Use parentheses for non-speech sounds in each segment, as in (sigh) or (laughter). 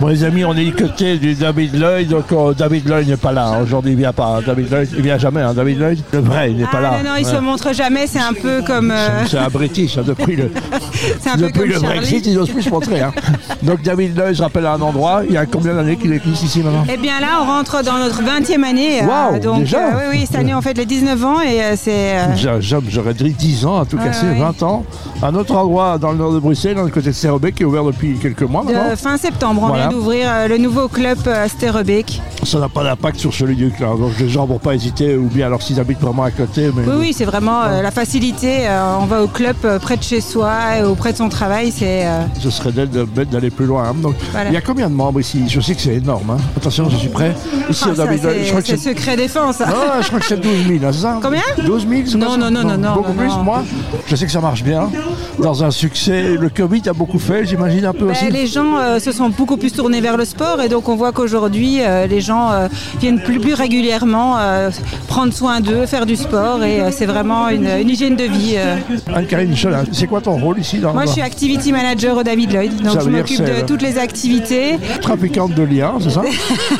Bon, les amis, on est du côté du David Lloyd. Donc, euh, David Lloyd n'est pas là. hein. Aujourd'hui, il vient pas. hein. David Lloyd, il vient jamais. hein. David Lloyd, le vrai, il n'est pas Ah, là. non, non, il se Ouais. montre jamais, c'est un peu (laughs) comme. euh, C'est un British. hein, (laughs) depuis le, c'est un peu depuis comme le Charlie. Brexit, ils n'osent plus se montrer. hein. Donc, David Lloyd se rappelle à un endroit. Il y a combien d'années qu'il existe ici maintenant Eh bien là, on rentre dans notre 20e année. euh, Waouh, donc, déjà euh, oui, oui, cette année, on fête les 19 ans et euh, c'est. euh, J'ai- j'ai- J'aurais dit 10 ans, à tout Ouais, casser, ouais. 20 ans. Un autre endroit dans le nord de Bruxelles, dans le côté de Serobé, qui est ouvert depuis quelques mois de maintenant. fin septembre, on Voilà. vient d'ouvrir euh, le nouveau club euh, Sterebeck. Ça n'a pas d'impact sur celui du club. Donc, les gens vont pas hésiter, ou bien alors s'ils habitent vraiment à côté. Mais Oui, oui, c'est vraiment euh, la facilité. euh, on va au club euh, près de chez soi ou près de son travail. C'est euh, ce serait d'être de- bête d'aller plus loin. hein. Donc, Voilà. Il y a combien de membres ici Je sais que c'est énorme. hein. Attention, je suis prêt. Ici, ah, à ça, David Lloyd, je c'est crois que c'est c'est. secret défense. ça. Ah, je crois que c'est 12 000, hein, c'est ça Combien 12 000 c'est Non, pas ça non, non, non, non, Beaucoup non, plus, non. moi Je sais que ça marche bien. Dans un succès, le Covid a beaucoup fait, j'imagine un peu Ben, aussi. les gens euh, se sont beaucoup plus tournés vers le sport et donc on voit qu'aujourd'hui euh, les gens euh, viennent plus, plus régulièrement euh, prendre soin d'eux, faire du sport et euh, c'est vraiment une, une hygiène de vie. euh. Anne-Karine Cholin, c'est quoi ton rôle ici dans Moi je suis activity manager au David Lloyd, Ça donc je veut dire m'occupe c'est, euh, de toutes les activités. trafiquante de liens, (laughs) c'est ça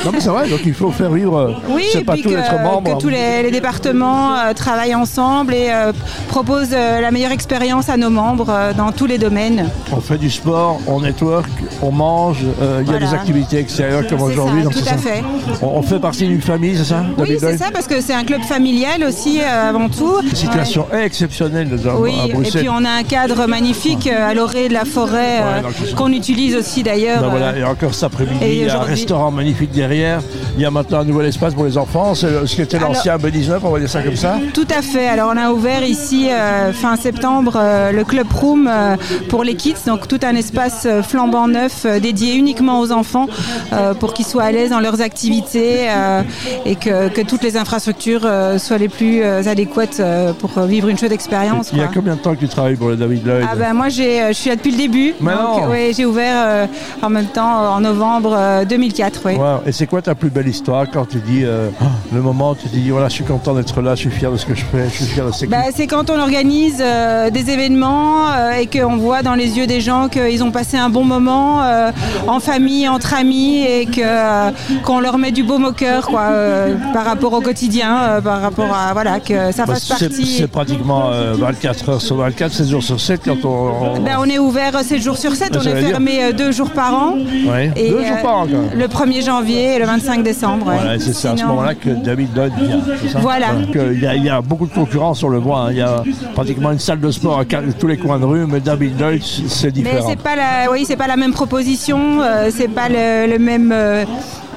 Non mais c'est vrai, donc il faut faire vivre, euh, Oui, et c'est pas puis tout que, être membre. que tous les, les départements euh, travaillent ensemble et euh, proposent euh, la meilleure expérience à nos membres euh, dans tous les domaines. On fait du sport, on network, on mange, euh, il y a Voilà. des activités extérieures comme C'est ça, aujourd'hui. donc tout c'est à ça. fait. On, on fait partie d'une famille, c'est ça Oui, David c'est Lloyd ça, parce que c'est un club familial aussi euh, avant tout. Ouais. Situation exceptionnelle dans- Oui, à et Bruxelles. puis on a un cadre magnifique euh, à l'orée de la forêt euh, Ouais, donc c'est- qu'on utilise aussi d'ailleurs. Ben voilà, euh, et encore cet après-midi, et il y a un aujourd'hui- restaurant magnifique derrière. Il y a maintenant un nouvel espace pour les enfants. C'est le- ce qui était Alors- l'ancien B19, on va dire ça comme ça. Tout à fait. Alors on a ouvert ici euh, fin septembre euh, le club room euh, pour les kids, donc tout un espace euh, flambant neuf euh, dédié uniquement aux enfants euh, pour qu'ils soient à l'aise dans leurs activités euh, et que, que toutes les infrastructures euh, soient les plus euh, adéquates euh, pour vivre une chouette expérience. Il y a quoi. combien de temps que tu travailles pour le David Lloyd Ah ben moi j'ai, euh, je suis là depuis le début. Mais donc, non. ouais, j'ai ouvert euh, en même temps euh, en novembre euh, 2004. oui. Wow. Et c'est quoi ta plus belle histoire quand tu dis euh, le moment où tu dis voilà je suis content d'être là, je suis fier de ce que je fais, je suis fier de ce que Bah, c'est quand on organise euh, des événements euh, et qu'on voit dans les yeux des gens qu'ils ont passé un bon moment euh, en famille, entre amis et que euh, qu'on leur met du baume au cœur quoi, euh, par rapport au quotidien, euh, par rapport à voilà que ça Bah, fasse c'est, partie. c'est pratiquement euh, 24 heures sur 24, 7 jours sur 7 quand on. on- Ben, on est ouvert 7 jours sur 7, Bah, on ça veut est dire- fermé euh, deux jours par an. Ouais. Deux euh, jours par an, quand même. Le 1er janvier et le 25 décembre. ouais. Voilà, c'est ça, à ce Sinon- moment-là que David Lloyd vient. c'est ça Voilà. Donc, euh, il, y a, il y a beaucoup de concurrence, on le voit. hein. Il y a pratiquement une salle de sport à ca- tous les coins de rue, mais David Lloyd, c'est c'est Mais différent. c'est pas la, oui, c'est pas la même proposition, euh, c'est pas le, le même. euh,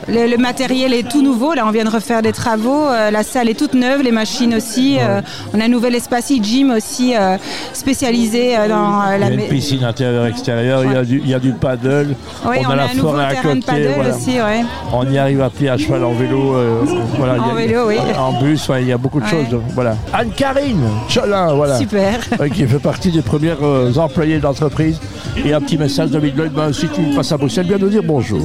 le, le matériel est tout nouveau. Là, on vient de refaire des travaux. euh, la salle est toute neuve, les machines aussi. euh, on a un nouvel espace e-gym aussi euh, spécialisé euh, dans euh, Il y la. a une mé- piscine intérieure-extérieure, il, y a du- il y a du paddle, Oui, on, a la un nouveau forêt à terrain de côté. paddle voilà. aussi, ouais. On y arrive à pied, à cheval, en vélo. euh, voilà, En il y a- vélo, oui. En bus, ouais, il y a beaucoup de Ouais. choses. donc, Voilà. Anne-Karine Cholin, voilà. Super. euh, Qui fait partie des premières euh, employées d'entreprise. Et un petit message, David Lloyd, ben, si tu passes à Bruxelles, viens nous dire bonjour.